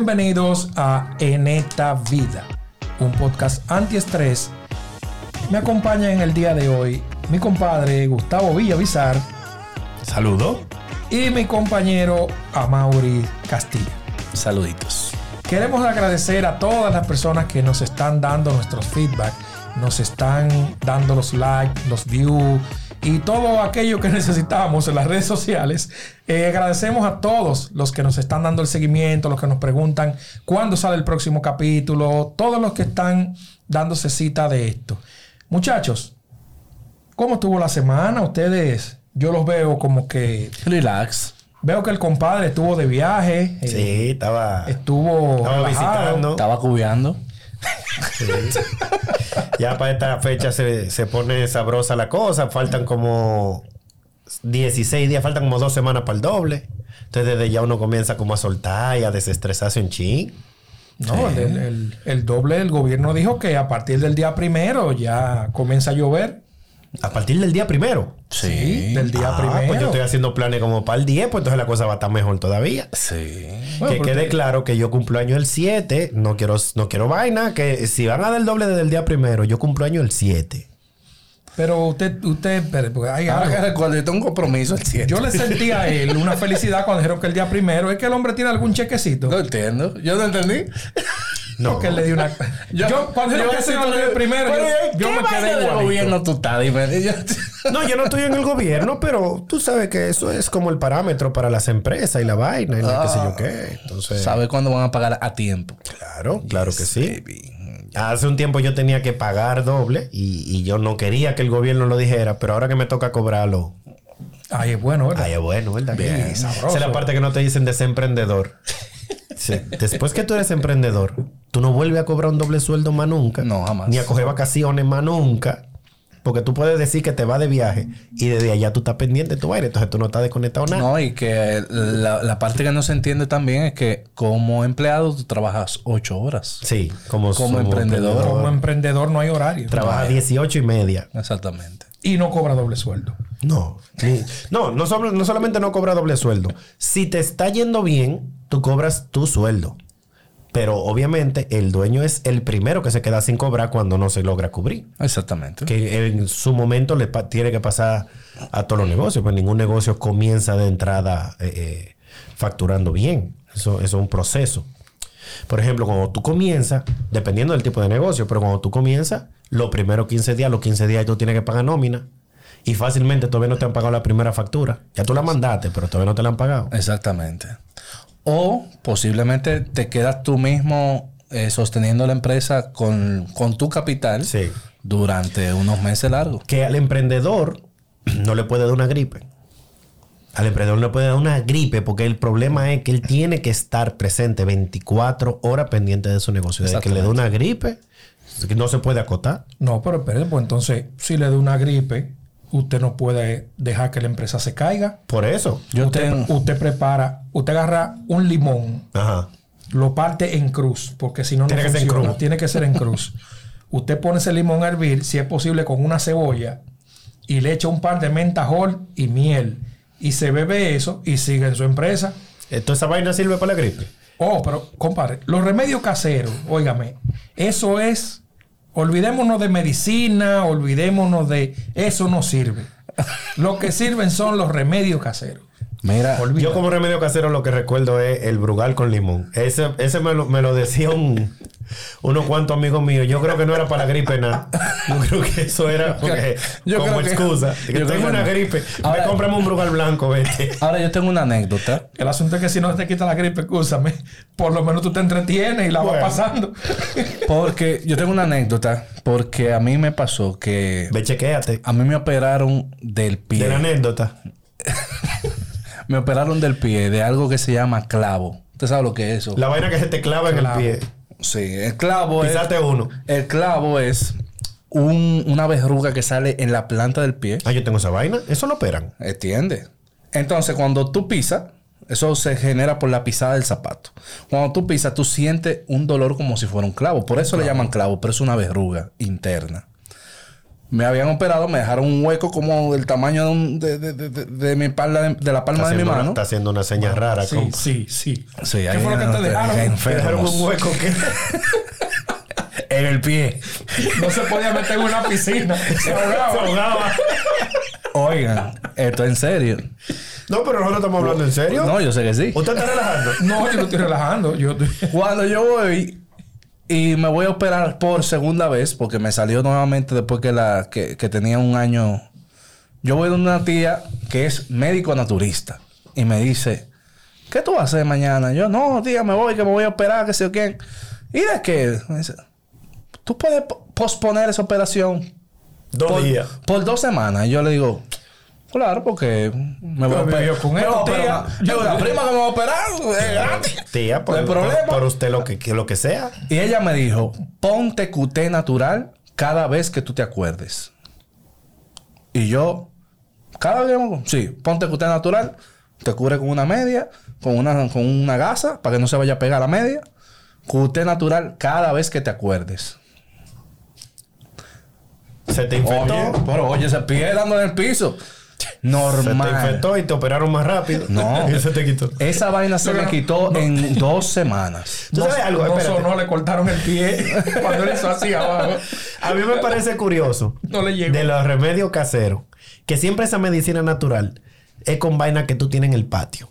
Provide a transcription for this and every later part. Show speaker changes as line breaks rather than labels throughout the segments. Bienvenidos a En esta vida, un podcast antiestrés. Me acompaña en el día de hoy mi compadre Gustavo Villavizar
Saludo.
y mi compañero Amaury Castillo.
Saluditos.
Queremos agradecer a todas las personas que nos están dando nuestros feedback, nos están dando los likes, los views y todo aquello que necesitamos en las redes sociales. Eh, agradecemos a todos los que nos están dando el seguimiento, los que nos preguntan cuándo sale el próximo capítulo, todos los que están dándose cita de esto. Muchachos, ¿cómo estuvo la semana? Ustedes, yo los veo como que...
Relax.
Veo que el compadre estuvo de viaje. eh,
Sí, estaba,
Estuvo
estaba
relajado.
visitando.
Estaba cubeando.
Sí. Ya para esta fecha se, se pone sabrosa la cosa. Faltan como 16 días, faltan como dos semanas para el doble. Entonces desde ya uno comienza como a soltar y a desestresarse un ching.
No, el, el- el- el doble del gobierno dijo que a partir del día primero ya comienza a llover.
A partir del día primero.
Sí, del día
Ah,
primero.
Pues yo estoy haciendo planes como para el 10, pues entonces la cosa va a estar mejor todavía.
Sí.
Bueno,
que
pero
quede
te-
claro que yo cumplo año el 7, no quiero, no quiero vaina, que si van a dar el doble desde el día primero, yo cumplo año el 7.
Pero usted, usted, pero, pues, hay
Ahora
algo.
que recuerdo, yo tengo un compromiso al 7.
Yo le sentí a él una felicidad cuando dijeron que el día primero es que el hombre tiene algún chequecito.
no entiendo. Yo no entendí.
No,
Porque él le dio una. Yo, cuando dijeron que
así
se iba a hacer el primero, yo, yo me quedé
del
igualito.
gobierno tú estás? Dime. Yo-
No, yo no estoy en el gobierno, pero tú sabes que eso es como el parámetro para las empresas y la vaina y la qué sé yo qué. Entonces,
¿Sabes cuándo van a pagar a tiempo?
claro, claro que sí.
Baby.
Hace un tiempo yo tenía que pagar doble y, y yo no quería que el gobierno lo dijera, pero ahora que me toca cobrarlo,
Ay, es bueno, ¿verdad?
ay, es Ah, bueno, ¿verdad?
Bien,
Esa
sabroso.
es la parte que no te dicen desemprendedor. Sí. Después que tú eres emprendedor, tú no vuelves a cobrar un doble sueldo más nunca.
No, jamás.
Ni a coger vacaciones más nunca. Porque tú puedes decir que te vas de viaje y desde allá tú estás pendiente de tu aire. Entonces tú no estás desconectado nada.
No, y que la, la parte que no se entiende también es que como empleado tú trabajas ocho horas.
Sí, como,
Como emprendedor.
Como emprendedor no hay horario.
Trabaja 18 y media.
Exactamente.
Y no cobra doble sueldo.
No. ni- no, no, sobre- no solamente no cobra doble sueldo. Si te está yendo bien, tú cobras tu sueldo. Pero obviamente el dueño es el primero que se queda sin cobrar cuando no se logra cubrir.
Exactamente.
Que en su momento le pa- tiene que pasar a todos los negocios, pues ningún negocio comienza de entrada eh, eh, facturando bien. Eso, eso es un proceso. Por ejemplo, cuando tú comienzas, dependiendo del tipo de negocio, pero cuando tú comienzas, los primeros 15 días, los 15 días tú tienes que pagar nómina. Y fácilmente todavía no te han pagado la primera factura. Ya tú la mandaste, pero todavía no te la han pagado.
Exactamente. O posiblemente te quedas tú mismo eh, sosteniendo la empresa con, con tu capital
Sí.
durante unos meses largos.
que al emprendedor no le puede dar una gripe. Al emprendedor no le puede dar una gripe porque el problema es que él tiene que estar presente 24 horas pendiente de su negocio. Desde que le da una gripe, no se puede acotar.
No, pero espérate, pues entonces, si le da una gripe, usted no puede dejar que la empresa se caiga.
Por eso.
Yo
usted,
tengo.
usted prepara, usted agarra un limón,
Ajá.
lo parte en cruz, porque si no, no
Tiene que ser en
funciona.
cruz.
Tiene que ser en cruz. usted pone ese limón a hervir, si es posible, con una cebolla y le echa un par de mentajol y miel. Y se bebe eso y sigue en su empresa.
Entonces esa vaina sirve para la gripe.
Oh, pero compadre, los remedios caseros, óigame, eso es. Olvidémonos de medicina, olvidémonos de. Eso no sirve. Lo que sirven son los remedios caseros.
Mira,
Yo como remedio casero lo que recuerdo es el brugal con limón. Ese, ese me, lo, me lo decía un- unos cuantos amigos míos. Yo creo que no era para la gripe nada. Yo creo que eso era porque-
Yo creo
como
que-
excusa. Que
yo creo
tengo
que
una
no.
gripe.
Ahora-
me compramos un brugal blanco, vete.
ahora yo tengo una anécdota.
El asunto es que si no te quita la gripe, escúchame, por lo menos tú te entretienes y la
Bueno.
vas pasando.
Porque yo tengo una anécdota porque a mí me pasó que
Ve, chequéate.
a mí me operaron del
De la
pie.
anécdota.
Me operaron del pie de algo que se llama clavo. ¿Usted sabe lo que es eso?
La vaina que se te clava en el
Clavo.
pie.
Sí, el clavo es...
Pisate uno.
El clavo es un- una verruga que sale en la planta del pie.
Ah, yo tengo esa vaina. Eso lo operan.
Entiende. Entonces, cuando tú pisas, eso se genera por la pisada del zapato. Cuando tú pisas, tú sientes un dolor como si fuera un clavo. Por eso le llaman clavo, pero es una verruga interna. Me habían operado, me dejaron un hueco como del tamaño de, un- de- de- de- de- de mi palma, de, de la palma
Está
de mi
haciendo una-
mano.
Está haciendo una seña rara.
Sí,
compa.
sí, sí.
Sí,
¿Qué
ahí
fue lo que
no
te
te-
dejaron?
enfermo.
Dejaron un hueco que...
En el pie.
No se podía meter en una piscina. Se
Se
ahogaba.
ahogaba.
Oigan, esto es en serio.
No, pero nosotros estamos hablando en serio.
No, yo sé que sí.
¿Usted está relajando?
No, yo lo estoy relajando. Yo,
Cuando yo voy y me voy a operar por segunda vez, porque me salió nuevamente después que, la, que, que tenía un año. Yo voy donde una tía que es médico naturista y me dice, ¿qué tú vas a hacer mañana? Yo, no, tía, me voy, que me voy a operar, que sé yo quién. ¿Y de qué? Me dice, tú puedes po- posponer esa operación
Dos
por,
días.
por dos semanas. Y yo le digo, claro, porque me voy a
Yo vivo
operar.
con
Me voy a
esto,
operar.
tía.
Yo, la prima que me va a operar, es gratis.
Tía, por,
No hay problema.
por usted lo que, que lo que sea.
Y ella me dijo, ponte QT natural cada vez que tú te acuerdes. Y yo, cada vez, sí, ponte QT natural, te cubre con una media, con una, con una gasa, para que no se vaya a pegar la media. QT natural cada vez que te acuerdes.
Se te infectó.
Oye, pero oye, ese pie dando en el piso.
Se te
Normal.
infectó y te operaron más rápido.
No.
y se te quitó.
Esa vaina se
No,
me
no,
quitó en dos semanas.
¿Tú sabes algo?
No
Espérate.
sonó, le cortaron el pie cuando le hizo así abajo.
A mí me parece curioso
No le llegó.
de los remedios caseros que siempre esa medicina natural es con vaina que tú tienes en el patio.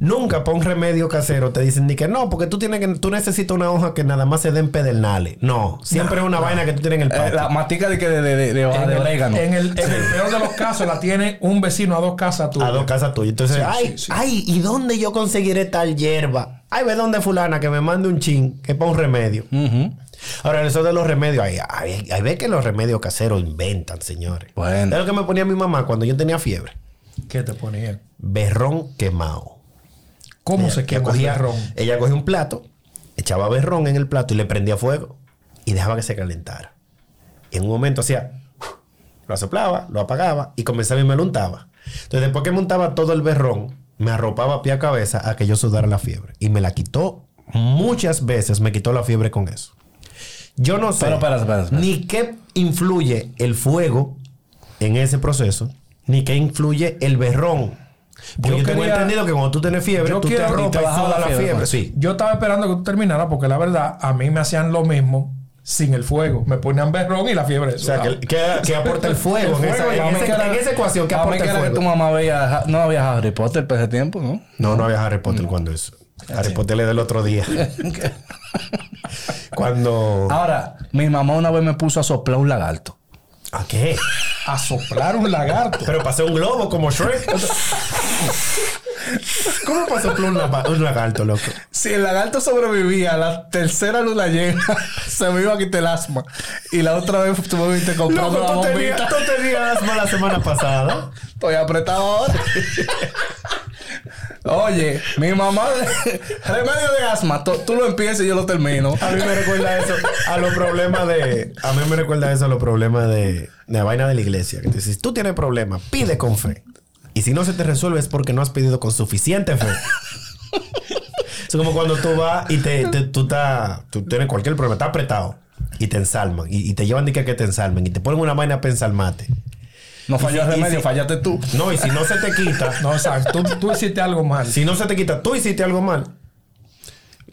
Nunca para un remedio casero te dicen ni que no, porque tú tienes que tú necesitas una hoja que nada más se dé en pedernales. No, siempre es una vaina que tú tienes en el
Eh,
patio.
la matica de, que de, de, de- de hoja
en,
de
el,
orégano.
Ah, en el- en el peor de los casos la tiene un vecino a dos casas tuyas.
a dos casas tuyas. Entonces,
Sí,
ay,
sí, sí.
ay, ¿y dónde yo conseguiré tal hierba? Ay, ve dónde fulana que me mande un chin, que es para un remedio.
Ujú.
Ahora, eso de los remedios, ahí, ahí, ahí ve que los remedios caseros inventan, señores.
Bueno.
Es lo que me ponía mi mamá cuando yo tenía fiebre.
¿Qué te ponían?
Berrón quemado.
¿Cómo
Ella-
se
ella
quema el
cogía,
ron?
Ella cogía un plato, echaba berrón en el plato y le prendía fuego y dejaba que se calentara. Y en un momento hacía, lo soplaba, lo apagaba y comenzaba y me lo untaba. Entonces, después que me untaba todo el berrón, me arropaba pie a cabeza a que yo sudara la fiebre. Y me la quitó muchas veces, me quitó la fiebre con eso. Yo no sé
Pero, espérate, espérate, espérate.
ni qué influye el fuego en ese proceso, ni qué influye el berrón.
Yo
Porque yo, tengo
quería-
entendido que cuando tú tienes fiebre,
Yo
tú te
quiero-
arropas
te
y
bajaba
sudas
la
la
fiebre,
fiebre.
pues.
Sí.
Yo estaba esperando que tú terminaras porque la verdad a mí me hacían lo mismo sin el fuego. Me ponían berrón y la fiebre.
O sea, que, que- que aporta el fuego, en, esa, en
A mí
esa-
que era-
en esa ecuación, ¿qué
a mí
aporta
que
el
era que tu
fuego?
mamá veía, no había Harry Potter para ese tiempo, ¿no?
No, no había Harry Potter cuando eso. Harry Potter es del otro día. cuando...
Ahora, mi mamá una vez me puso a soplar un lagarto.
¿A qué?
a soplar un lagarto.
Pero pasé un globo como Shrek. ¿Cómo pasó por un lapa- un lagarto, loco?
Si el lagarto sobrevivía a la tercera luna llena, se me iba a quitar el asma. Y la otra vez tú me viste comprando
Loco,
la
tú tenías,
bombita.
tú tenías asma la semana pasada.
Estoy apretado ahora. Oye, mi mamá, remedio de asma, tú tú lo empiezas y yo lo termino.
A mí me recuerda eso a los problemas de. A mí me recuerda eso a los problemas de, de la vaina de la iglesia. Que te dices, tú tienes problemas, pide con fe. Y si no se te resuelve es porque no has pedido con suficiente fe. Es como cuando tú vas y te, te- tú, estás- tú tienes cualquier problema, estás apretado y te ensalman y, y te llevan de que, que te ensalmen y te ponen una vaina para ensalmarte.
No falló el
Y si- y
remedio,
si-
fallaste tú.
No, y si no se te quita,
No, o sea, tú, tú hiciste algo mal.
Si no se te quita, tú hiciste algo mal.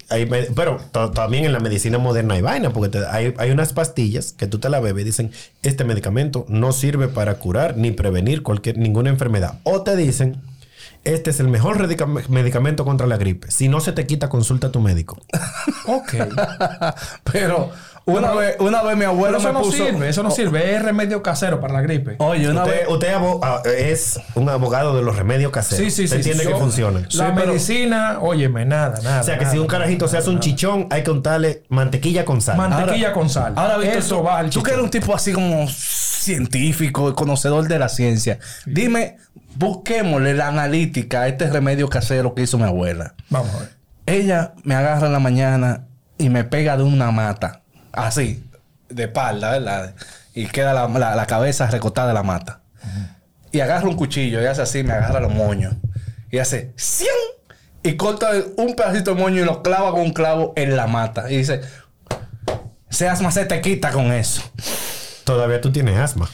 Hay me- pero ta- también en la medicina moderna hay vaina, porque te- hay, hay unas pastillas que tú te la bebes y dicen, este medicamento no sirve para curar ni prevenir cualquier, ninguna enfermedad. O te dicen, este es el mejor redica- medicamento contra la gripe. Si no se te quita, consulta a tu médico.
Ok.
Pero una vez, una vez mi
Pero
abuelo
eso
me
no
puso.
sirve, eso no
Oh.
sirve. Es remedio casero para la gripe.
Oye, una vez.
Usted, usted abo- ah, es un abogado de los remedios caseros.
Sí, sí, sí.
Usted entiende
sí,
que
yo-
funciona.
La
Sí, pero-
medicina, óyeme, nada, nada.
O sea, que si un carajito se hace un chichón, hay que untarle mantequilla con sal.
Mantequilla con sal.
Ahora, Víctor,
Eso
tú,
va al
tú que eres un tipo así como científico y conocedor de la ciencia, dime, busquémosle la analítica a este remedio casero que hizo mi abuela.
Vamos a ver.
Ella me agarra en la mañana y me pega de una mata, así, de espalda, ¿verdad? Y queda la, la- la cabeza recotada de la mata. Y agarra un cuchillo y hace así, me agarra los moños. Y hace ¡Cien! Y corta un pedacito de moño y lo clava con un clavo en la mata. Y dice, seas más se te quita con eso.
Todavía tú tienes asma.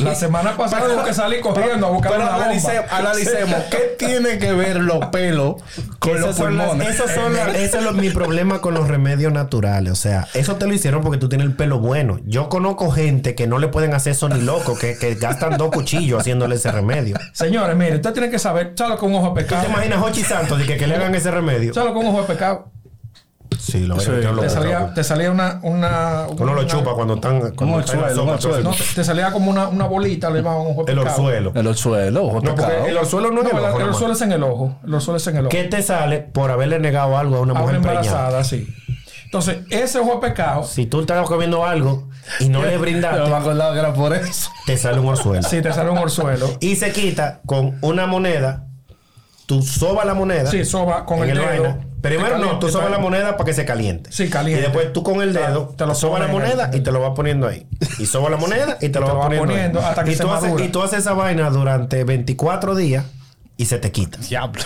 La semana pasada tuvo que salir corriendo a buscar
Pero
una
analice-
bomba.
analicemos, ¿qué tiene que ver los pelos con los
Esas son las-
pulmones?
esos son las- ese es lo- mi problema con los remedios naturales. O sea, eso te lo hicieron porque tú tienes el pelo bueno. Yo conozco gente que no le pueden hacer eso ni loco, que, que gastan dos cuchillos haciéndole ese remedio.
Señores, miren, usted tiene que saber, chalo con ojo de
¿Tú
pecado.
te imaginas a Hochi Santos de que, que le hagan ese remedio?
Chalo con ojo de pecado.
Sí, lo veré, yo lo
Te
veo,
salía,
loco.
te salía una, una,
Uno lo
una-
chupa cuando están. Cuando
Un
está en la
orzuelo,
sopa,
un orzuelo.
No,
entonces,
te salía como una, una bolita, le llamaban ojo de
El
pecado.
orzuelo.
El orzuelo, ojo
No, porque
tocado.
el orzuelo no
No,
es el
el,
ojo,
el
nada más.
orzuelo es en el ojo. El orzuelo es en el ojo.
¿Qué te sale por haberle negado algo a una
a
mujer
una
embarazada?
embarazada, sí. Entonces, ese ojo de pecado,
Si tú estás comiendo algo y no le
Yo me
brindaste,
acordaba que era por eso.
te sale un orzuelo.
sí, te sale un orzuelo.
Y se quita con una moneda. Tú sobas la moneda.
Sí, soba con
en
el,
el
dedo.
vaina. Primero
Te
no,
calienta,
tú sobas
te-
la moneda para que se caliente.
Sí, caliente.
Y después tú con el dedo,
Te
te
lo
lo sobas la
ponen ahí.
moneda y te lo vas poniendo ahí. Y sobas la moneda y te lo
lo
vas
vas
poniendo,
poniendo
ahí.
hasta que
y,
se
tú haces,
madura.
y tú haces esa vaina durante 24 días y se te quita.
Diablo.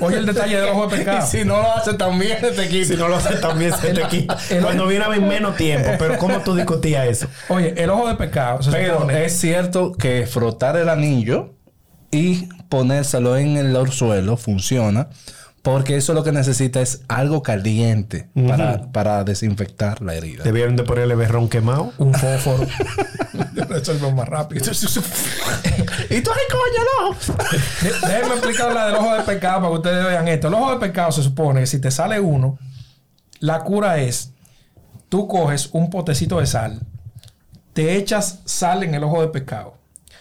Oye el detalle del ojo de
Y
pecado.
si no lo hace también, te
Y si
quita.
no lo haces también se te quita.
el-
Cuando viene a ver menos tiempo. Pero ¿cómo tú discutías eso?
Oye, el ojo de pecado se
Pero
supone-
es cierto que frotar el anillo y ponérselo en el orzuelo funciona. Porque eso lo que necesita es algo caliente para, para desinfectar la herida.
Debieron de ponerle berrón quemado.
un fósforo. Resuelve más rápido.
y tú, ay, coño, no.
De- Déjenme explicar la del ojo de pecado para que ustedes vean esto. El ojo de pecado se supone que si te sale uno, la cura es, tú coges un potecito de sal, te echas sal en el ojo de pecado,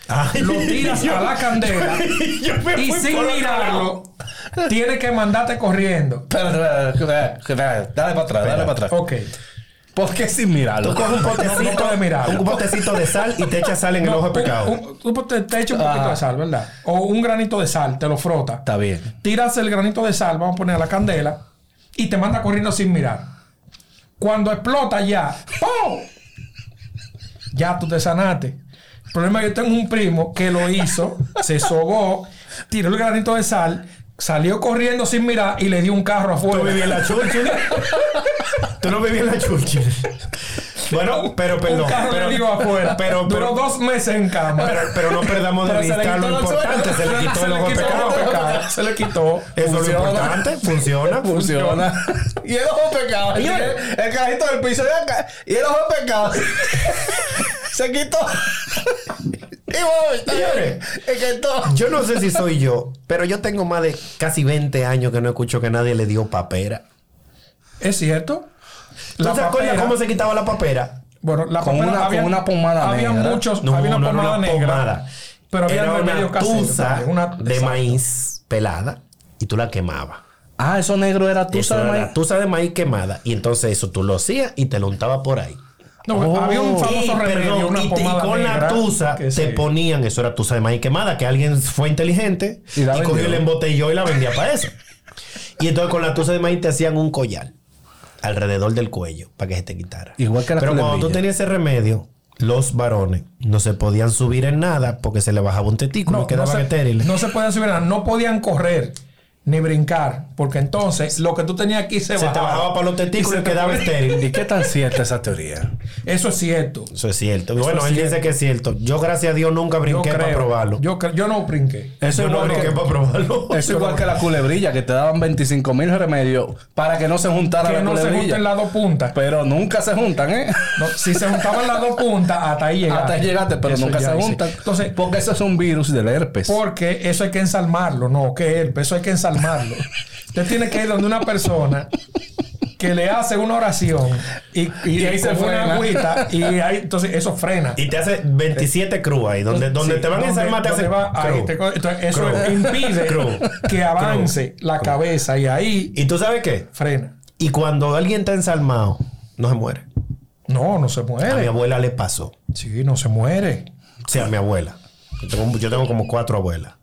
Ay,
lo tiras a la candela
yo me
y
fui
sin
por otro
mirarlo, tienes que mandarte corriendo.
Espera, espera, espera, espera, dale para atrás, dale para atrás.
Ok.
¿Por qué sin mirarlo?
Tú coges un
No, no
potecito,
puedes mirarlo.
un potecito de sal y te echas sal en el ojo de pecado. Ah.
Un- un- tú te, te echas un poquito
Ajá.
de sal, ¿verdad? O un granito de sal, te lo frotas.
Está bien.
tiras el granito de sal, vamos a poner a la candela, y te manda corriendo sin mirar. Cuando explota ya, ¡pum! Ya tú te sanaste. El problema es que yo tengo un primo que lo hizo, se sobó, tiró el granito de sal, salió corriendo sin mirar y le dio un carro
Tú
afuera.
vivías en la Churchill. Tú no vivías en la Churchill. Bueno, pero
un
perdón.
carro
pero,
le dio afuera.
Pero,
Duró
pero,
dos meses en cama.
pero, pero no perdamos de
Pero se le
vista lo
quitó el suelo.
importante. Se le quitó el ojo de pecado.
pecado. Se le quitó.
Eso es lo
Funciona.
importante. Funciona.
Funciona. y el ojo pecado. El, el carajito del piso de acá. Y el ojo pecado. Se quitó. y voy.
Señores.
Se quitó.
Yo no sé si soy yo, pero yo tengo más de casi 20 años que no escucho que nadie le dio papera.
Es cierto.
¿Tú te acuerdas
papera-
cómo se quitaba la papera?
Bueno, la
Con
papera
una- con una pomada
había
negra.
Muchos,
No,
había una
no era
pomada
una
negra.
pomada.
Pero había
Era
remedio
una
casero.
tusa
también, una-
de maíz pelada y tú la quemabas.
Ah, eso negro era tú,
Eso era
¿sabes?
la tusa de maíz quemada. Y entonces eso tú lo hacías y te lo untabas por ahí.
No, pues,
Oh.
había un famoso
Y,
remedio,
perdón,
una
y te- y
pomada
con
negra
la tusa
que
te
sí.
ponían, eso era tusa de maíz quemada, que alguien fue inteligente
Y
y,
la
cogió
vendió.
el embotelló y la vendía para eso. Y entonces con la tusa de maíz te hacían un collar alrededor del cuello para que se te quitara.
Igual que la
Pero cuando tú
culebrilla.
tenías ese remedio, los varones no se podían subir en nada porque se le bajaba un testículo y
no, no,
quedaban
se,
estériles.
no se podían subir nada, no podían correr ni brincar, porque entonces lo que tú tenías aquí se,
se te
bajaba.
bajaba para los testículos y, quedaba estéril.
¿Y qué tan cierta esa teoría?
Eso es cierto.
Eso es cierto. bueno, él dice que es cierto. Yo, gracias a Dios, nunca
Yo
brinqué para
creo.
probarlo.
Yo, cre- yo no brinqué.
Eso
Yo no
igual
brinqué
que-
para probarlo.
Eso Pues igual que la culebrilla, que te daban 25 mil remedios para que no se juntara
Que
la
no se
culebrilla.
junten las dos puntas.
Pero nunca se juntan, ¿eh?
No, si se juntaban las dos puntas, hasta ahí llegaste.
Hasta ahí llegaste, pero
Eso
nunca
ya
se Pues-
ahí sí.
juntan.
Entonces,
porque eso es un virus del herpes.
Porque eso hay que ensalmarlo, no, que él, pues, eso hay que ensalmarlo. Usted tiene que ir donde una persona que le hace una oración y, y,
Y ahí se
con
frena.
una agüita y ahí, entonces eso frena.
Y te hace 27 cruz ahí. Donde, donde
Sí,
te van a
donde-
ensalmar, te
donde
hacen
va, ahí
cruz.
te co- entonces eso
Cruz.
impide
Cruz.
que avance la cabeza y ahí
¿Y tú sabes qué?
frena.
Y cuando alguien está ensalmado, no se muere.
No, no se
A mi
muere.
abuela le pasó.
Sí, no se muere.
O sea, a mi abuela. Yo tengo, yo tengo como cuatro abuelas.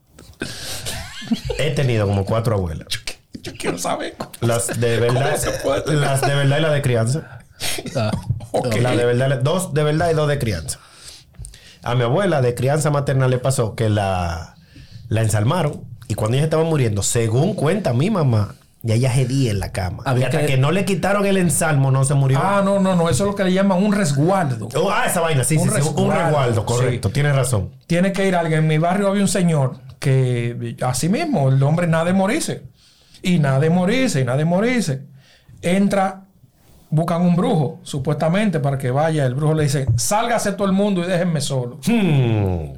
He tenido como cuatro abuelas.
Yo quiero saber.
Las de verdad,
se puede tener?
las de verdad y las de crianza.
Ah,
Ok.
La de verdad, dos de verdad y dos de crianza. A mi abuela de crianza materna le pasó que la, la ensalmaron y cuando ella estaba muriendo, según cuenta mi mamá, Y allá G10 en la cama.
Había
y hasta
que-
que... no le quitaron el ensalmo, no se murió.
Ah, no, no, no. Eso es lo que le llaman un resguardo.
Oh, ah, esa vaina, sí,
Un
sí, sí, un
resguardo,
resguardo, correcto, tienes razón.
Tiene que ir alguien. En mi barrio había un señor que, así mismo, el hombre nada de morirse. Y nada de morirse, y nada de morirse. Entra, buscan un brujo, supuestamente, para que vaya. El brujo le dice, sálgase todo el mundo y déjenme solo.
Hmm.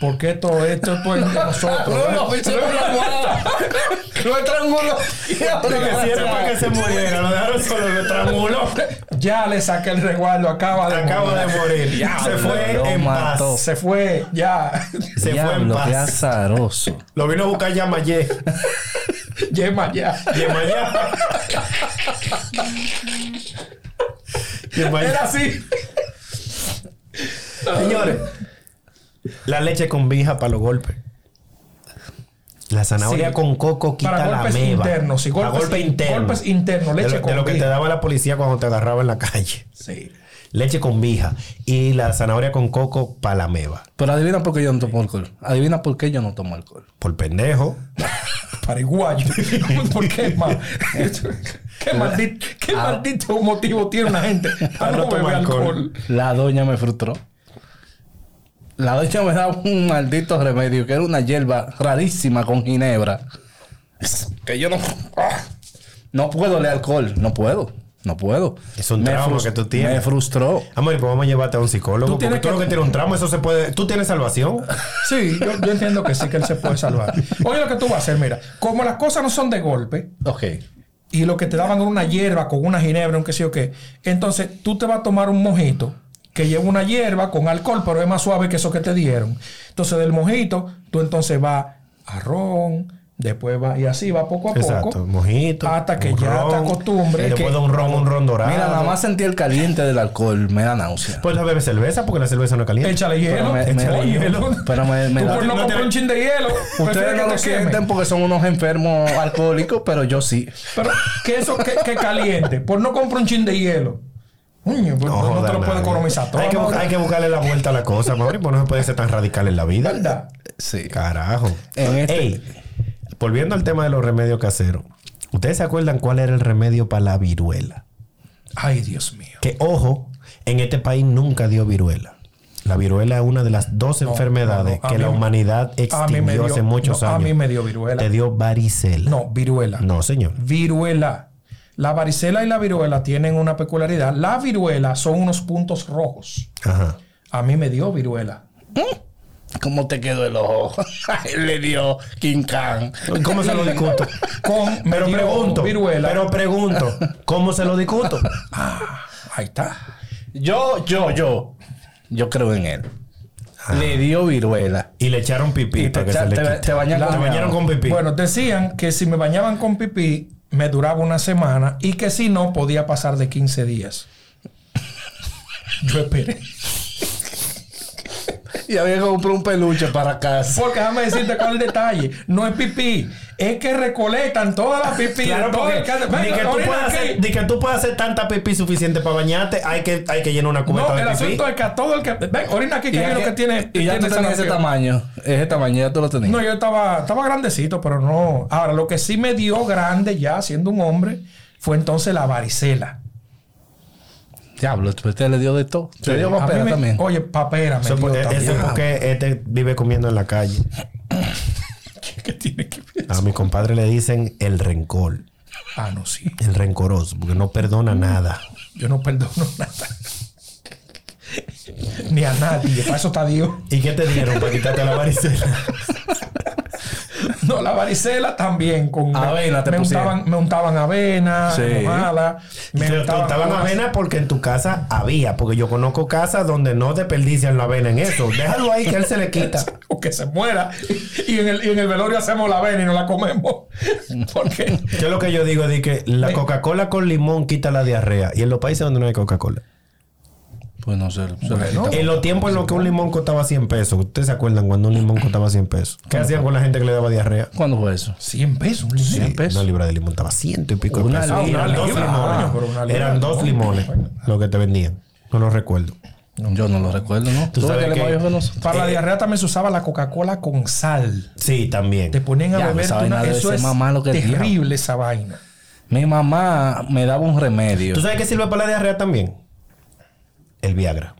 Porque esto, esto es por nosotros. ¿eh?
Lo estranguló.
Lo que hicieron para que se muriera, lo dejaron solo, lo estranguló.
Ya le saqué el resguardo, acaba de
Acabo de
morir.
morir. se
lo-
fue
lo
en
mató.
paz.
Se fue, ya.
Se fue en
Diablo, qué
paz.
azaroso.
Lo vino a buscar Yamayé.
Yema, ya.
Yemayé. Yemayé.
Era así.
Señores, la leche con vija para los golpes. La zanahoria
Sí.
con coco quita
Para
la
golpes
meba.
internos, sí,
Para
golpes-
golpe interno.
golpes internos, leche
de, lo-
con
de lo que
vija.
te daba la policía cuando te agarraba en la calle.
Sí.
Leche con vija. Y la zanahoria con coco para la meba.
Pero adivina por qué yo no tomo alcohol. Adivina por qué yo no tomo alcohol.
Por pendejo.
Paraguayo. ¿Por qué, ma? ¿Qué, maldito, qué maldito motivo tiene una gente para
Para
no
no
beber
tomar
alcohol?
alcohol.
La doña me frustró. La doña me daba un maldito remedio que era una hierba rarísima con ginebra. Que yo no. ¡Ah! No puedo leer alcohol. No puedo. No puedo.
Es un trauma
frus-
que tú tienes.
Me frustró.
Amor, pues vamos a llevarte a un psicólogo.
Tú
porque
tienes
tú
que-
lo que tienes un tramo, eso se puede. Tú tienes salvación.
Sí, yo, yo entiendo que sí, que él se puede salvar. Oye, lo que tú vas a hacer, mira, como las cosas no son de golpe
Ok.
y lo que te daban era una hierba con una ginebra, un qué sé yo qué, entonces tú te vas a tomar un mojito que lleva una hierba con alcohol, pero es más suave que eso que te dieron. Entonces, del mojito, tú entonces vas a ron, después va y así va poco a poco.
Exacto. Mojito.
Hasta que
un
ya te
ron,
acostumbres.
y
Es que-
Después de un ron, un ron dorado.
Mira, nada más sentí el caliente del alcohol. Me da náusea.
Pues la bebe cerveza, porque la cerveza no es caliente.
Échale hielo.
Pero me-
échale
me-
hielo.
pero me- me
Tú
da-
por no
no te-
comprar un chin de hielo. prefieres
Ustedes
que
no
te
lo
quemen.
sienten porque son unos enfermos alcohólicos, pero yo sí.
Pero que eso que, que caliente. Por no comprar un chin de hielo. Coño, pues, no,
joda
te lo
a
puedes
nadie.
economizar todo.
Hay que,
¿no?
bu- hay que buscarle la vuelta a la cosa, Mauri, porque no se puede ser tan radical en la vida.
¿Verdad?
Sí.
Carajo.
En este-
Ey, volviendo al tema de los remedios caseros. ¿Ustedes se acuerdan cuál era el remedio para la viruela?
Ay, Dios mío.
Que, ojo, en este país nunca dio viruela. La viruela es una de las dos enfermedades
no, no. A
que
mí-
la humanidad
a mí
extinguió
me dio-
hace muchos
no, a
años.
mí me dio viruela.
Te dio varicela.
No, viruela.
No, señor.
Viruela. La varicela y la viruela tienen una peculiaridad. La viruela son unos puntos rojos.
Ajá.
A mí me dio viruela.
¿Cómo te quedó el ojo? Le dio King Khan.
¿Cómo se lo discuto?
Con, me
Pero
dio
pregunto,
Viruela.
pero pregunto, ¿cómo se lo discuto?
Ahí está.
Yo, yo, yo. Yo creo en él. Le dio viruela.
Y le echaron pipí
Ah. Y te
para que
echa-
se le
te-
quite.
te bañan con
Te bañaron
agua.
con pipí.
Bueno, decían que si me bañaban con pipí, me duraba una semana y que si no, podía pasar de 15 días. Yo esperé.
Y había que comprar un peluche para casa.
Porque déjame decirte cuál es el detalle. No es pipí. Es que recolectan todas las pipí.
Claro,
de todo
porque
el caso.
ni,
Venga,
que tú
orina
puedas
aquí.
hacer, ni que tú puedas hacer tanta pipí suficiente para bañarte, hay que, hay que llenar una cubeta
No, el
de pipí.
asunto es que a todo el que... Ven, orina aquí, que
ya
es lo
que-
que tiene... este,
y ya
tiene
tú tenías ese
sanación.
tamaño. Ese tamaño ya tú lo tenías.
No, yo estaba, estaba grandecito, pero no. Ahora, lo que sí me dio grande ya, siendo un hombre, fue entonces la varicela.
Diablo, tú- usted le dio de todo. Te dio
A mí
papel
me-
también.
Oye, papera me
Eso
dio
por- e-
también.
eso es porque este vive comiendo en la calle.
¿Qué tiene que ver?
A mi compadre le dicen el rencor,
Ah, no, sí.
el rencoroso, porque no perdona nada.
Yo no perdono nada. Ni a nadie. Para eso está Dios.
¿Y qué te dieron para quitarte la varicela?
No, la varicela también. Con
Avena te
me
pusieron.
untaban, me untaban avena,
Sí.
mojada. Me
Te
untaban
cortaban
cosas.
avena porque en tu casa había, porque yo conozco casas donde no desperdician la avena en eso. Déjalo ahí que él se le quita.
O que se muera. Y en, el, y en el velorio hacemos la avena y no la comemos. Porque
Yo lo que yo digo es que la
Me-
Coca-Cola con limón quita la diarrea. Y en los países donde no hay Coca-Cola.
Pues no sé. se le
Bueno.
quitó.
En los tiempos en los que un limón costaba 100 pesos. ¿Ustedes se acuerdan cuando un limón costaba 100 pesos? ¿Qué hacían con la gente que le daba diarrea?
¿Cuándo fue eso?
100 pesos, un limón.
100 pesos.
Una libra de limón estaba ciento y pico
Una
de pesos.
libra,
eran
una
dos
libra,
limones.
coño, pero una libra
eran
de
dos
limón.
limones lo que te vendían. No lo recuerdo.
Yo no lo recuerdo, ¿no?
Tú
ves
sabes
que le
que-
movió con nosotros.
Para la diarrea también se usaba la Coca-Cola con sal.
Sí, también.
Te ponían a
Ya,
beber.
esa
tú
vaina
una-
debe
Eso
ser
es
más malo que el
terrible
diablo.
esa vaina.
Mi mamá me daba un remedio.
¿Tú sabes qué sirve para la diarrea también? El Viagra.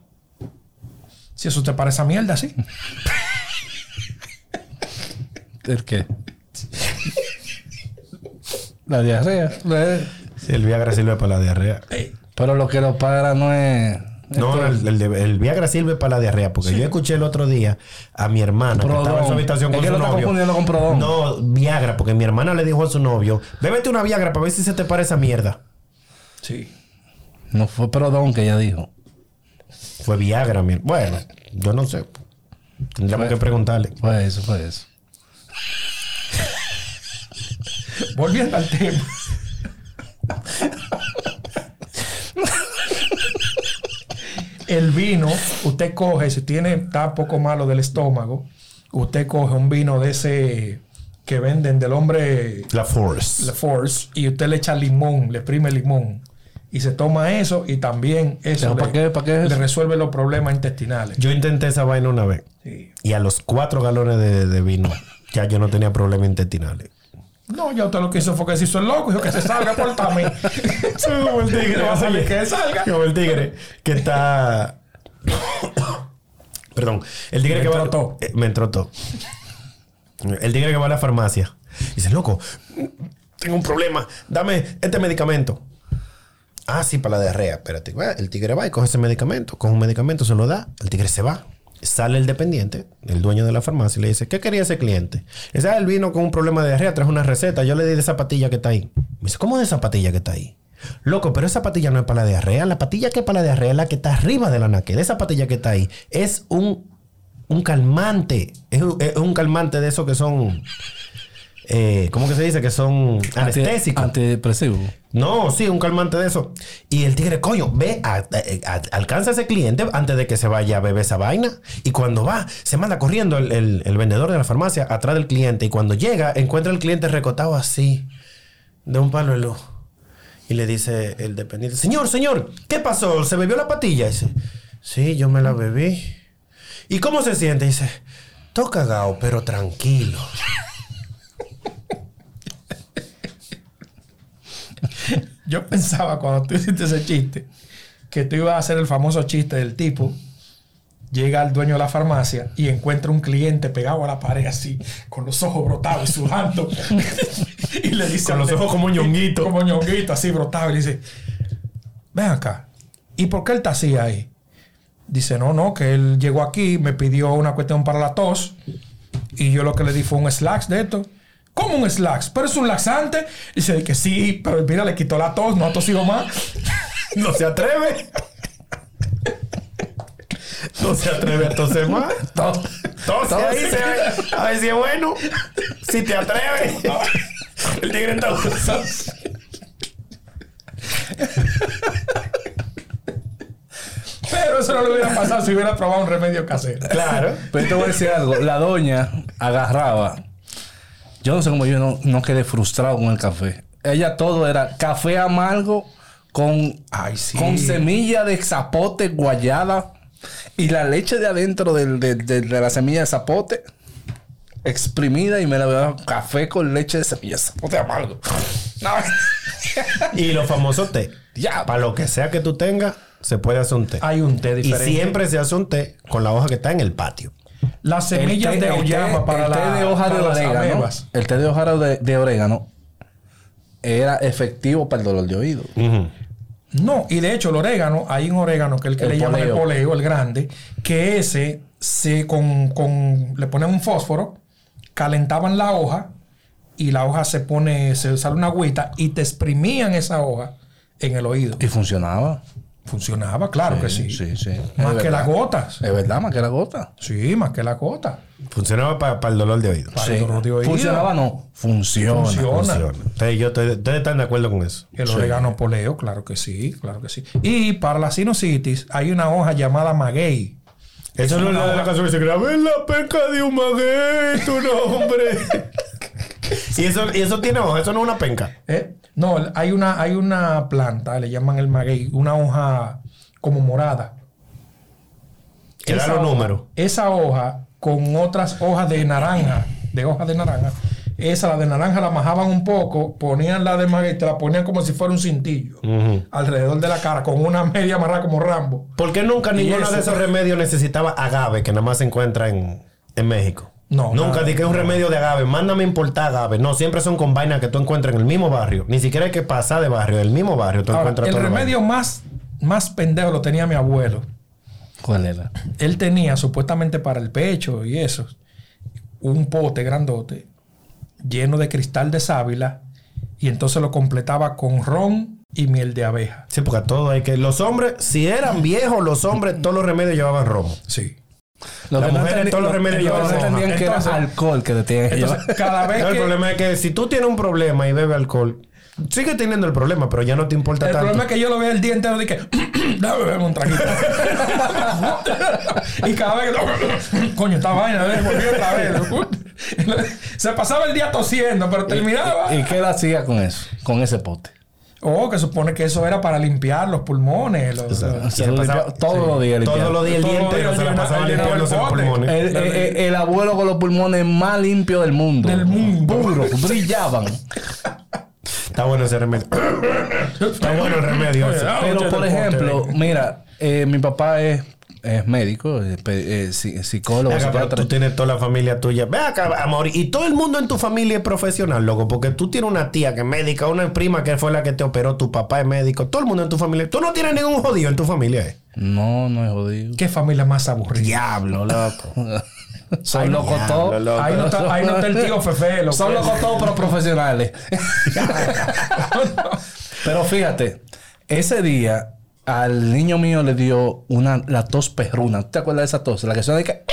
Si eso te parece a mierda, sí.
¿El qué? la diarrea. Eh,
Sí, el Viagra sirve para la diarrea.
Pero lo que lo para no es.
No, el, el de- el Viagra sirve para la diarrea. Porque yo escuché el otro día a mi hermana que
Prodón.
estaba en su habitación
Es
con
que
su
lo está confundiendo con
novio.
Prodón.
No, Viagra, porque mi hermana le dijo a su novio: Bébete una Viagra para ver si se te para esa mierda.
Sí.
No fue Prodón que ella dijo.
Fue Viagra, mi- Bueno, yo no sé. Tendríamos que preguntarle.
Fue eso, fue eso.
Volviendo al tema. El vino, usted coge, si tiene, está poco malo del estómago, usted coge un vino de ese que venden del hombre
La Force.
La Force y usted le echa limón, le exprime limón y se toma eso y también eso
Pero,
le,
¿para qué? ¿Para qué es
le
eso?
resuelve los problemas intestinales.
Yo intenté esa vaina una vez.
Sí.
Y a los cuatro galones de, de vino, ya yo no tenía problemas intestinales.
No, ya usted lo que hizo fue que se hizo el loco, dijo que se salga por también.
Como el tigre.
Va a salir
oye.
que salga.
Como el tigre que está. Perdón. El tigre
Me
que va.
entró todo.
Eh, Me entró todo. El tigre que va a la farmacia. Dice, loco, tengo un problema. Dame este medicamento. Ah, sí, para la diarrea. Espérate. Bueno, El tigre va y coge ese medicamento. Coge un medicamento, se lo da. El tigre se va. Sale el dependiente, el dueño de la farmacia, y le dice, ¿qué quería ese cliente? Dice, ah, él vino con un problema de diarrea, trajo una receta. Yo le di de esa patilla que está ahí. Me dice, ¿cómo de esa patilla que está ahí? Loco, pero esa patilla no es para la diarrea. La patilla que es para la diarrea es la que está arriba de la naquera. Esa patilla que está ahí es un, un calmante. Es un, es un calmante de esos que son... eh, ¿Cómo que se dice? Que son
Anti-
anestésicos.
Antidepresivo.
No, sí, un calmante de eso. Y el tigre, coño, ve, a- a- a- alcanza a ese cliente antes de que se vaya a beber esa vaina. Y cuando va, se manda corriendo el, el- el vendedor de la farmacia atrás del cliente. Y cuando llega, encuentra al cliente recotado así, de un palo de luz. Y le dice el dependiente, señor, señor, ¿qué pasó? ¿Se bebió la patilla? dice, sí, yo me la bebí. ¿Y cómo se siente? dice, todo cagado, pero tranquilo.
Yo pensaba cuando tú hiciste ese chiste que tú ibas a hacer el famoso chiste del tipo. Llega el dueño de la farmacia y encuentra un cliente pegado a la pared así, con los ojos brotados y sudando. y le dice...
Con
al
los
de-
ojos como ñonguito.
Como ñonguito, así brotado. Y le dice, ven acá. ¿Y por qué él está así ahí? Dice, no, no, que él llegó aquí, me pidió una cuestión para la tos. Y yo lo que le di fue un slacks de esto. ¿Cómo un slacks? ¿Pero es un laxante? Dice que sí, pero mira, le quitó la tos, no ha tosido más.
No se atreve. No se atreve a toser más. Entonces ahí se ve. A ver si es bueno. Si te atreves. El tigre está usando.
Pero eso no le hubiera pasado si hubiera probado un remedio casero.
Claro.
Pero te voy a decir algo. La doña agarraba. Yo no sé cómo yo no, no quedé frustrado con el café. Ella todo era café amargo con,
Ay, sí.
con semilla de zapote guayada y la leche de adentro del- del- del- de la semilla de zapote exprimida y me la bebía café con leche de semilla de zapote amargo. No.
Y los famosos té.
Ya.
Para lo que sea que tú tengas, se puede hacer un té.
Hay un té
y
diferente.
siempre se hace un té con la hoja que está en el patio.
Las semillas
El
Este
té-
de
el té-
auyama para
el té
la-
de hoja
para
de
las
orégano.
amebas.
El té de hoja de, de orégano era efectivo para el dolor de oído.
Mm.
No, y de hecho el orégano, hay un orégano que es el que
El
le llaman el
poleo.
poleo, el grande, que ese se con, con- le ponen un fósforo, calentaban la hoja y la hoja se pone, se sale una agüita y te exprimían esa hoja en el oído.
Y funcionaba.
Funcionaba, claro que Pues sí.
Sí, sí.
Más
Es
que las
verdad.
gotas.
Es verdad, más que la gota.
Sí, más que las gotas.
Funcionaba para el dolor de oído.
Para el dolor de oído.
Funcionaba, no. Funciona. pues.
Funciona.
Funciona. Entonces, yo estoy- ustedes están de acuerdo con eso.
El orégano poleo, claro que sí, claro que sí. Y para la sinusitis hay una hoja llamada maguey.
Eso no es la de la canción que se grabó en la peca de un maguey, tu nombre. y, eso, y eso tiene hoja, eso no es una penca.
¿Eh? No, hay una, hay una planta, le llaman el maguey, una hoja como morada,
Que da
esa
los
hoja-
números.
Esa hoja con otras hojas de naranja, de hojas de naranja. Esa, la de naranja, la majaban un poco, ponían la de maguey, te la ponían como si fuera un cintillo
Ujú.
alrededor de la cara, con una media amarrada como Rambo.
¿Por qué nunca ninguno
eso?
de esos remedios necesitaba agave, que nada más se encuentra en, en México?
No,
Nunca
nada.
dije un remedio de agave. Mándame importar agave. No, siempre son con vainas que tú encuentras en el mismo barrio. Ni siquiera hay que pasar de barrio. Del mismo barrio tú
Ahora,
encuentras
el
todo lo
remedio más, más pendejo lo tenía mi abuelo.
¿Cuál era?
Él tenía supuestamente para el pecho y eso, un pote grandote lleno de cristal de sábila y entonces lo completaba con ron y miel de abeja.
Sí, porque a todo hay que. Los hombres, si eran viejos, los hombres, todos los remedios llevaban romo.
Sí.
Los
Las
que no
mujeres,
entendí-
todos los
lo-
remedios
lo que no
llevan
entendían
hoja.
que era
Entonces-
alcohol que te tenían que llevar.
Entonces, cada vez
No, el
que...
problema es que si tú tienes un problema y bebes alcohol, sigue teniendo el problema, pero ya no te importa
El
tanto.
problema es que yo lo veo el día entero de que dame beberme un traguito. y cada vez que coño, esta vaina, ¿eh? volví otra vez. Se pasaba el día tosiendo, pero terminaba.
¿Y qué él hacía con eso? Con ese pote.
Oh, que supone que eso era para limpiar los pulmones. los-
Exacto.
los-
Se
se
lo
pasaba-
limpiaba todos los días.
Todos
limpiaba.
los días el
Todos
día
los
entero
días
se la
llena-
pasaba
llenaba
limpiando
el
los
bote.
pulmones.
El, el- el- el abuelo con los pulmones más limpios del mundo.
Del mundo.
Puro, brillaban.
Está bueno ese remedio. Está bueno el remedio. ese.
Ah,
Pero,
mucho
por
deporte,
ejemplo, mira, eh, mi papá es, es médico, es pe- eh, si- psicólogo,
Venga, pero
psiquiatra.
tú tienes toda la familia tuya. Ve acá, amor. Y todo el mundo en tu familia es profesional, loco. Porque tú tienes una tía que es médica, una prima que fue la que te operó, tu papá es médico. Todo el mundo en tu familia. Tú no tienes ningún jodido en tu familia. eh.
No, no es jodido.
Qué familia más aburrida.
Diablo, loco.
Son locos
diablo,
todos.
loco.
Ahí no, está, ahí no está el tío Fefe. lo
Son
que-
locos todos, pero profesionales. pero fíjate, ese día al niño mío le dio una, la tos perruna. ¿Tú te acuerdas de esa tos? La que suena de que...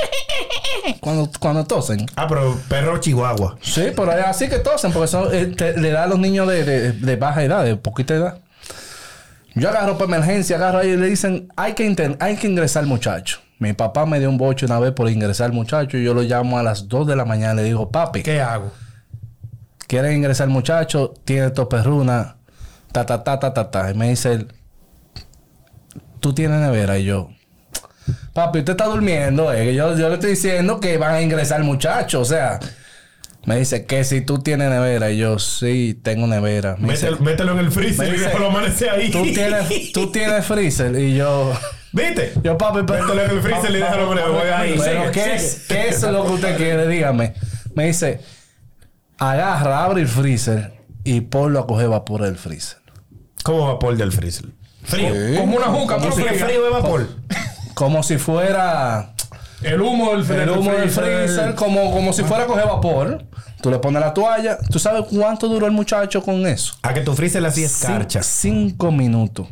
Cuando, cuando tosen.
Ah, pero perro chihuahua.
Sí, pero es así que tosen, porque eso eh, te- le da a los niños de, de- de baja edad, de poquita edad. Yo agarro para emergencia, agarro ahí y le dicen, hay que, inter- hay que ingresar muchacho. Mi papá me dio un boche una vez por ingresar muchacho y yo lo llamo a las 2 de la mañana y le digo, papi,
¿Qué hago?
¿quieres ingresar muchacho? Tiene tu perruna, ta, ta, ta, ta, ta, ta. Y me dice él, tú tienes nevera y yo. Papi, usted está durmiendo, eh. que Yo, yo le estoy diciendo que van a ingresar muchachos, o sea. Me dice que si tú tienes nevera. Y yo, sí, tengo nevera. Me dice,
Mételo, mételo en el freezer
Me
y
dice,
déjalo amanecer ahí.
¿Tú, tienes, tú tienes freezer. Y yo,
¿Viste?
yo, papi, pero.
Mételo en el freezer y déjalo amanecer ahí.
Pero,
Sigue,
¿qué,
sigue.
es, ¿qué es lo que usted quiere? Dígame. Me dice, agarra, abre el freezer y ponlo a coger vapor del freezer.
¿Cómo vapor del freezer? Frío.
Como una juca,
¿Cómo
pero
si es
fría.
frío de vapor?
Como si fuera
El humo del
el humo del freezer, como, como si fuera a coger vapor. Tú le pones la toalla. ¿Tú sabes cuánto duró el muchacho con eso?
A que tu freezer le hacía escarcha.
Cin- Cinco minutos.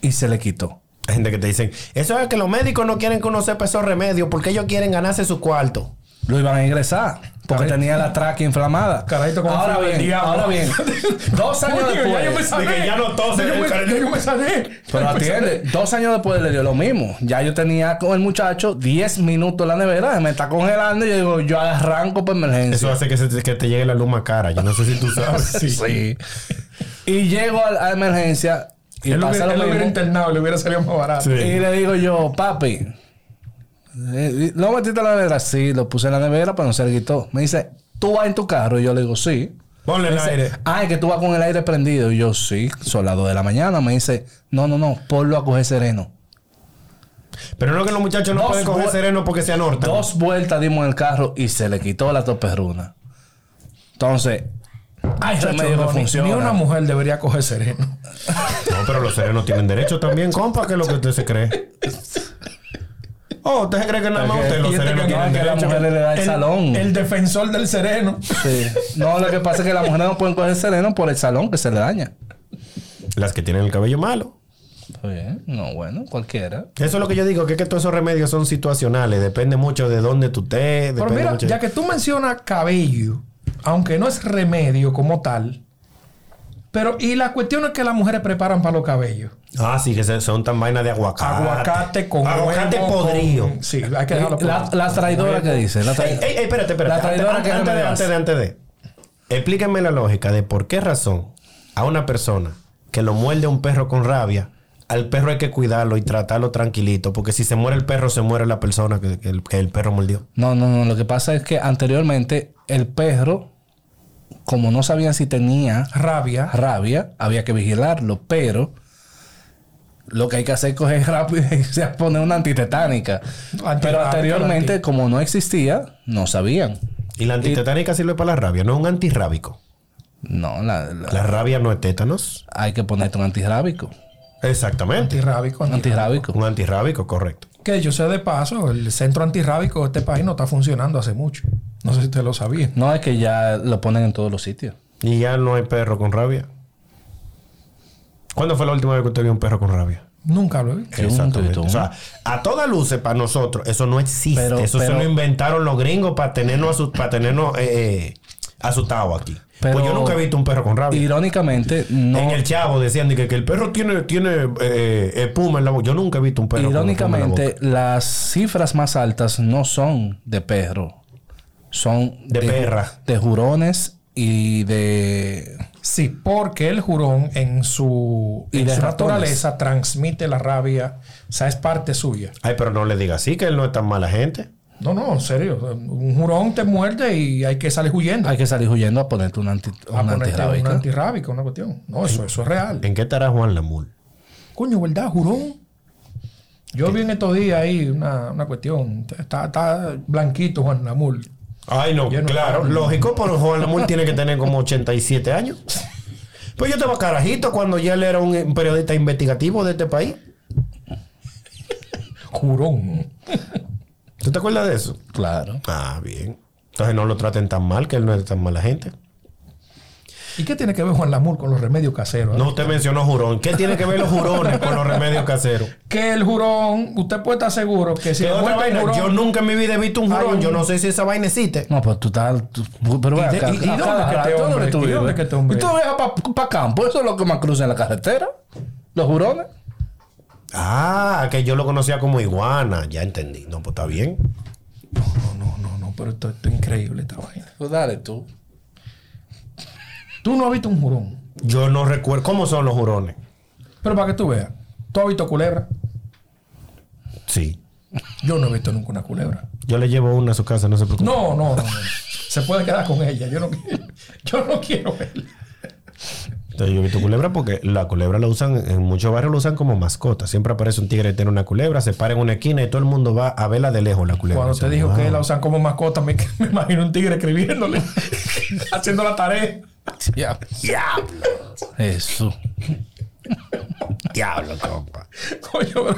Y se le quitó.
Hay gente que te dicen, eso es que los médicos no quieren que uno sepa esos remedios porque ellos quieren ganarse su cuarto.
Lo iban a ingresar. Porque
Caray.
tenía la tráquea inflamada.
Carajito con
ahora
frío del
bien,
diablo.
ahora bien. Dos años
Coño, ya yo me
después.
sané.
de que ya no tose,
Ya yo me-
cara-
ya yo me sané.
Pero
Ya yo me
atiende,
sané.
dos años después le dio lo mismo. Ya yo tenía con el muchacho 10 minutos en la nevera, me está congelando y yo digo, yo arranco por emergencia.
Eso hace que, se- que te llegue la luz más cara. Yo no sé si tú sabes.
Sí. Y llego a la emergencia y
Él lo
pasa
hubiera, él
lo
lo hubiera
mismo.
internado, le hubiera salido más barato.
Sí.
Y le digo yo, papi, eh, ¿lo metiste en la nevera? Sí, lo puse en la nevera, pero no se le quitó. Me dice, ¿tú vas en tu carro? Y yo le digo, sí.
Ponle el aire.
Ay, que tú vas con el aire prendido. Y yo, sí, son las 2 de la mañana. Me dice, no, no, no, ponlo a coger sereno.
Pero no que los muchachos no
Dos
pueden coger
bu-
sereno porque se anortan.
Dos vueltas dimos en el carro y se le quitó la toperruna. Entonces, hay
Chacho,
remedio
no,
que
ni-
funciona.
Ni una mujer debería coger sereno.
No, pero los serenos tienen derecho también, compa, que es lo que usted se cree. Oh, ¿usted se cree que nada más
Porque-
usted los
y este
serenos
que no,
tienen
que la
derecho?
mujer le da el, salón.
El defensor del sereno.
Sí. No, lo que pasa es que las mujeres no pueden coger sereno por el salón que se le daña.
Las que tienen el cabello malo.
Está bien. No, bueno, cualquiera.
Eso es lo que yo digo, que es que todos esos remedios son situacionales. Depende mucho de dónde tú estés.
Pero
depende
mira,
mucho-
ya que tú mencionas cabello, aunque no es remedio como tal, pero y la cuestión es que las mujeres preparan para los cabellos.
Ah, sí, que se- son tan vainas de
Ah,
aguacate.
Aguacate con
Aguacate
huevo,
podrido.
con- sí, hay que dejarlo
Eh, La,
podrido.
la traidora que dice. La
Ey,
traidora.
ey, ey, espérate, espérate.
La traidora
antes,
que
antes,
no me
de,
das.
antes de, antes de. Explíquenme la lógica de por qué razón a una persona que lo muerde un perro con rabia al perro hay que cuidarlo y tratarlo tranquilito, porque si se muere el perro, se muere la persona que, que el, que el perro mordió.
No, no, no. Lo que pasa es que anteriormente el perro, como no sabían si tenía
Rabia.
rabia, había que vigilarlo, pero lo que hay que hacer es coger rápido y se poner una antitetánica.
Anti-
pero
anti-
anteriormente,
anti-
como no existía, no sabían.
Y la antitetánica sirve para la rabia, no es un antirrábico.
No, la- la-
La rabia no es tétanos.
hay que ponerte un antirrábico.
Exactamente.
Antirrábico. anti-
Antirrábico.
Un antirrábico, correcto.
Que yo sé de paso, el centro antirrábico de este país no está funcionando hace mucho. No sé si usted lo sabía.
No es que ya lo ponen en todos los sitios.
Y ya no hay perro con rabia. ¿Cuándo fue la última vez que usted vio un perro con rabia?
Nunca lo vi.
Qué bonito.
O sea, a todas luces para nosotros, eso no existe.
Pero-
eso
pero-
se lo inventaron los gringos para tenernos, asu- para tenernos eh, eh, asustados aquí.
Pero-
pues yo nunca he visto un perro con rabia.
Irónicamente, no.
En el chavo decían de que, que el perro tiene, tiene eh, espuma en la boca. Yo nunca he visto un perro con espuma en la boca.
Irónicamente, las cifras más altas no son de perro, son
De perra.
de jurones y de
Sí, porque el jurón en su,
Y
en
de
su
ratones.
naturaleza transmite la rabia. O sea, es parte suya.
Ay, pero no le diga así, que él no es tan mala gente.
No, no, en serio. Un jurón te muerde y hay que salir huyendo.
hay que salir huyendo a ponerte un anti,
a
un
ponerte
antirrábico.
un antirrábico, una cuestión. No, eso, eso es real.
¿En qué estará Juan Lamul?
Coño, ¿verdad? Jurón. Yo vi en estos días ahí una, una cuestión. Está, está blanquito Juan Namul.
Ay, no,
Yo no-
claro, lógico, pero Juan Lamul tiene que tener como 87 años. Pues yo estaba carajito cuando ya él era un eh, periodista investigativo de este país.
Jurón.
¿Tú te acuerdas de eso?
Claro.
Ah, bien. Entonces no lo traten tan mal, que él no es tan mala gente.
¿Y qué tiene que ver Juan Namul con los remedios caseros?
No, usted mencionó jurón. ¿Qué tiene que ver los jurones con los remedios caseros?
Que el jurón, usted puede estar seguro que si
¿Qué
le
otra
muerde un
vaina?
jurón,
Yo nunca en mi vida he visto un
Hay
jurón.
un-
Yo no sé si esa vaina existe.
No, pues tú estás. tú- pero ven
¿Y de-
acá,
y- y
a
dónde
cada
que este
rato,
hombre-
¿dónde tú
y
vives?
dónde que este hombre?
Y tú viajas para campo, eso es lo que más cruza en la carretera. Los jurones.
Ah, que yo lo conocía como iguana. Ya entendí. No, pues está bien.
No, no, no, pero esto, esto es increíble esta vaina.
Pues dale tú.
Tú no has visto un jurón.
Yo no recuerdo. ¿Cómo son los jurones?
Pero para que tú veas, ¿tú has visto culebra?
Sí.
Yo no he visto nunca una culebra.
Yo le llevo una a su casa, no se preocupe.
No, no, no. no. Se puede quedar con ella. Yo no, qui- yo no quiero verla.
Entonces, yo he visto culebra porque la culebra la usan, en muchos barrios la usan como mascota. Siempre aparece un tigre que tiene una culebra, se para en una esquina y todo el mundo va a verla de lejos la culebra.
Cuando
Dice,
te dijo
"Wow".
que la usan como mascota, me, me imagino un tigre escribiéndole, haciendo la tarea.
Diablo.
Diablo,
Eso.
diablo, compa.
Coño, pero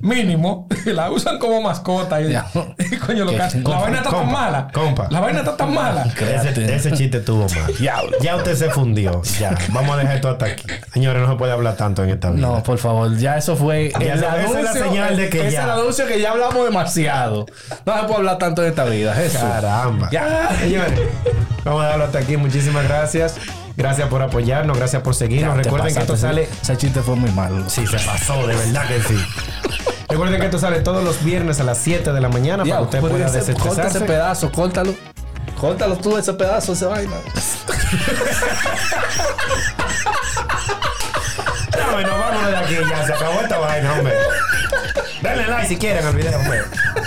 mínimo, la usan como mascota. Y,
Ya.
coño, lo que
Que-
hace- la
compa,
vaina está tan
compa,
mala.
compa.
La vaina está tan mala.
Ese,
Espérate.
ese chiste estuvo mal. Diablo. Ya usted se fundió. Ya. Vamos a dejar esto hasta aquí. Señores, no se puede hablar tanto en esta vida.
No, por favor, ya eso fue.
Ya esa- esa es la señal de que
ese
ya.
es el anuncio que ya hablamos demasiado. No se puede hablar tanto de esta vida, Jesús.
Caramba.
Ya.
Señores, vamos a dejarlo hasta aquí. Muchísimas gracias. Gracias por apoyarnos, gracias por seguirnos.
Te
Recuerden que
pasaste,
esto sale.
Ese chiste fue muy malo.
Sí, se pasó, de verdad que sí. Recuerden que esto sale todos los viernes a las 7 de la mañana para
Ya,
que usted
pues,
pueda
ese- corta ese
desestresarse.
pedazo, córtalo. Córtalo tú, ese pedazo, esa vaina.
No, bueno, vámonos de aquí ya. Se acabó esta vaina, hombre. Denle like si quieren al video, hombre.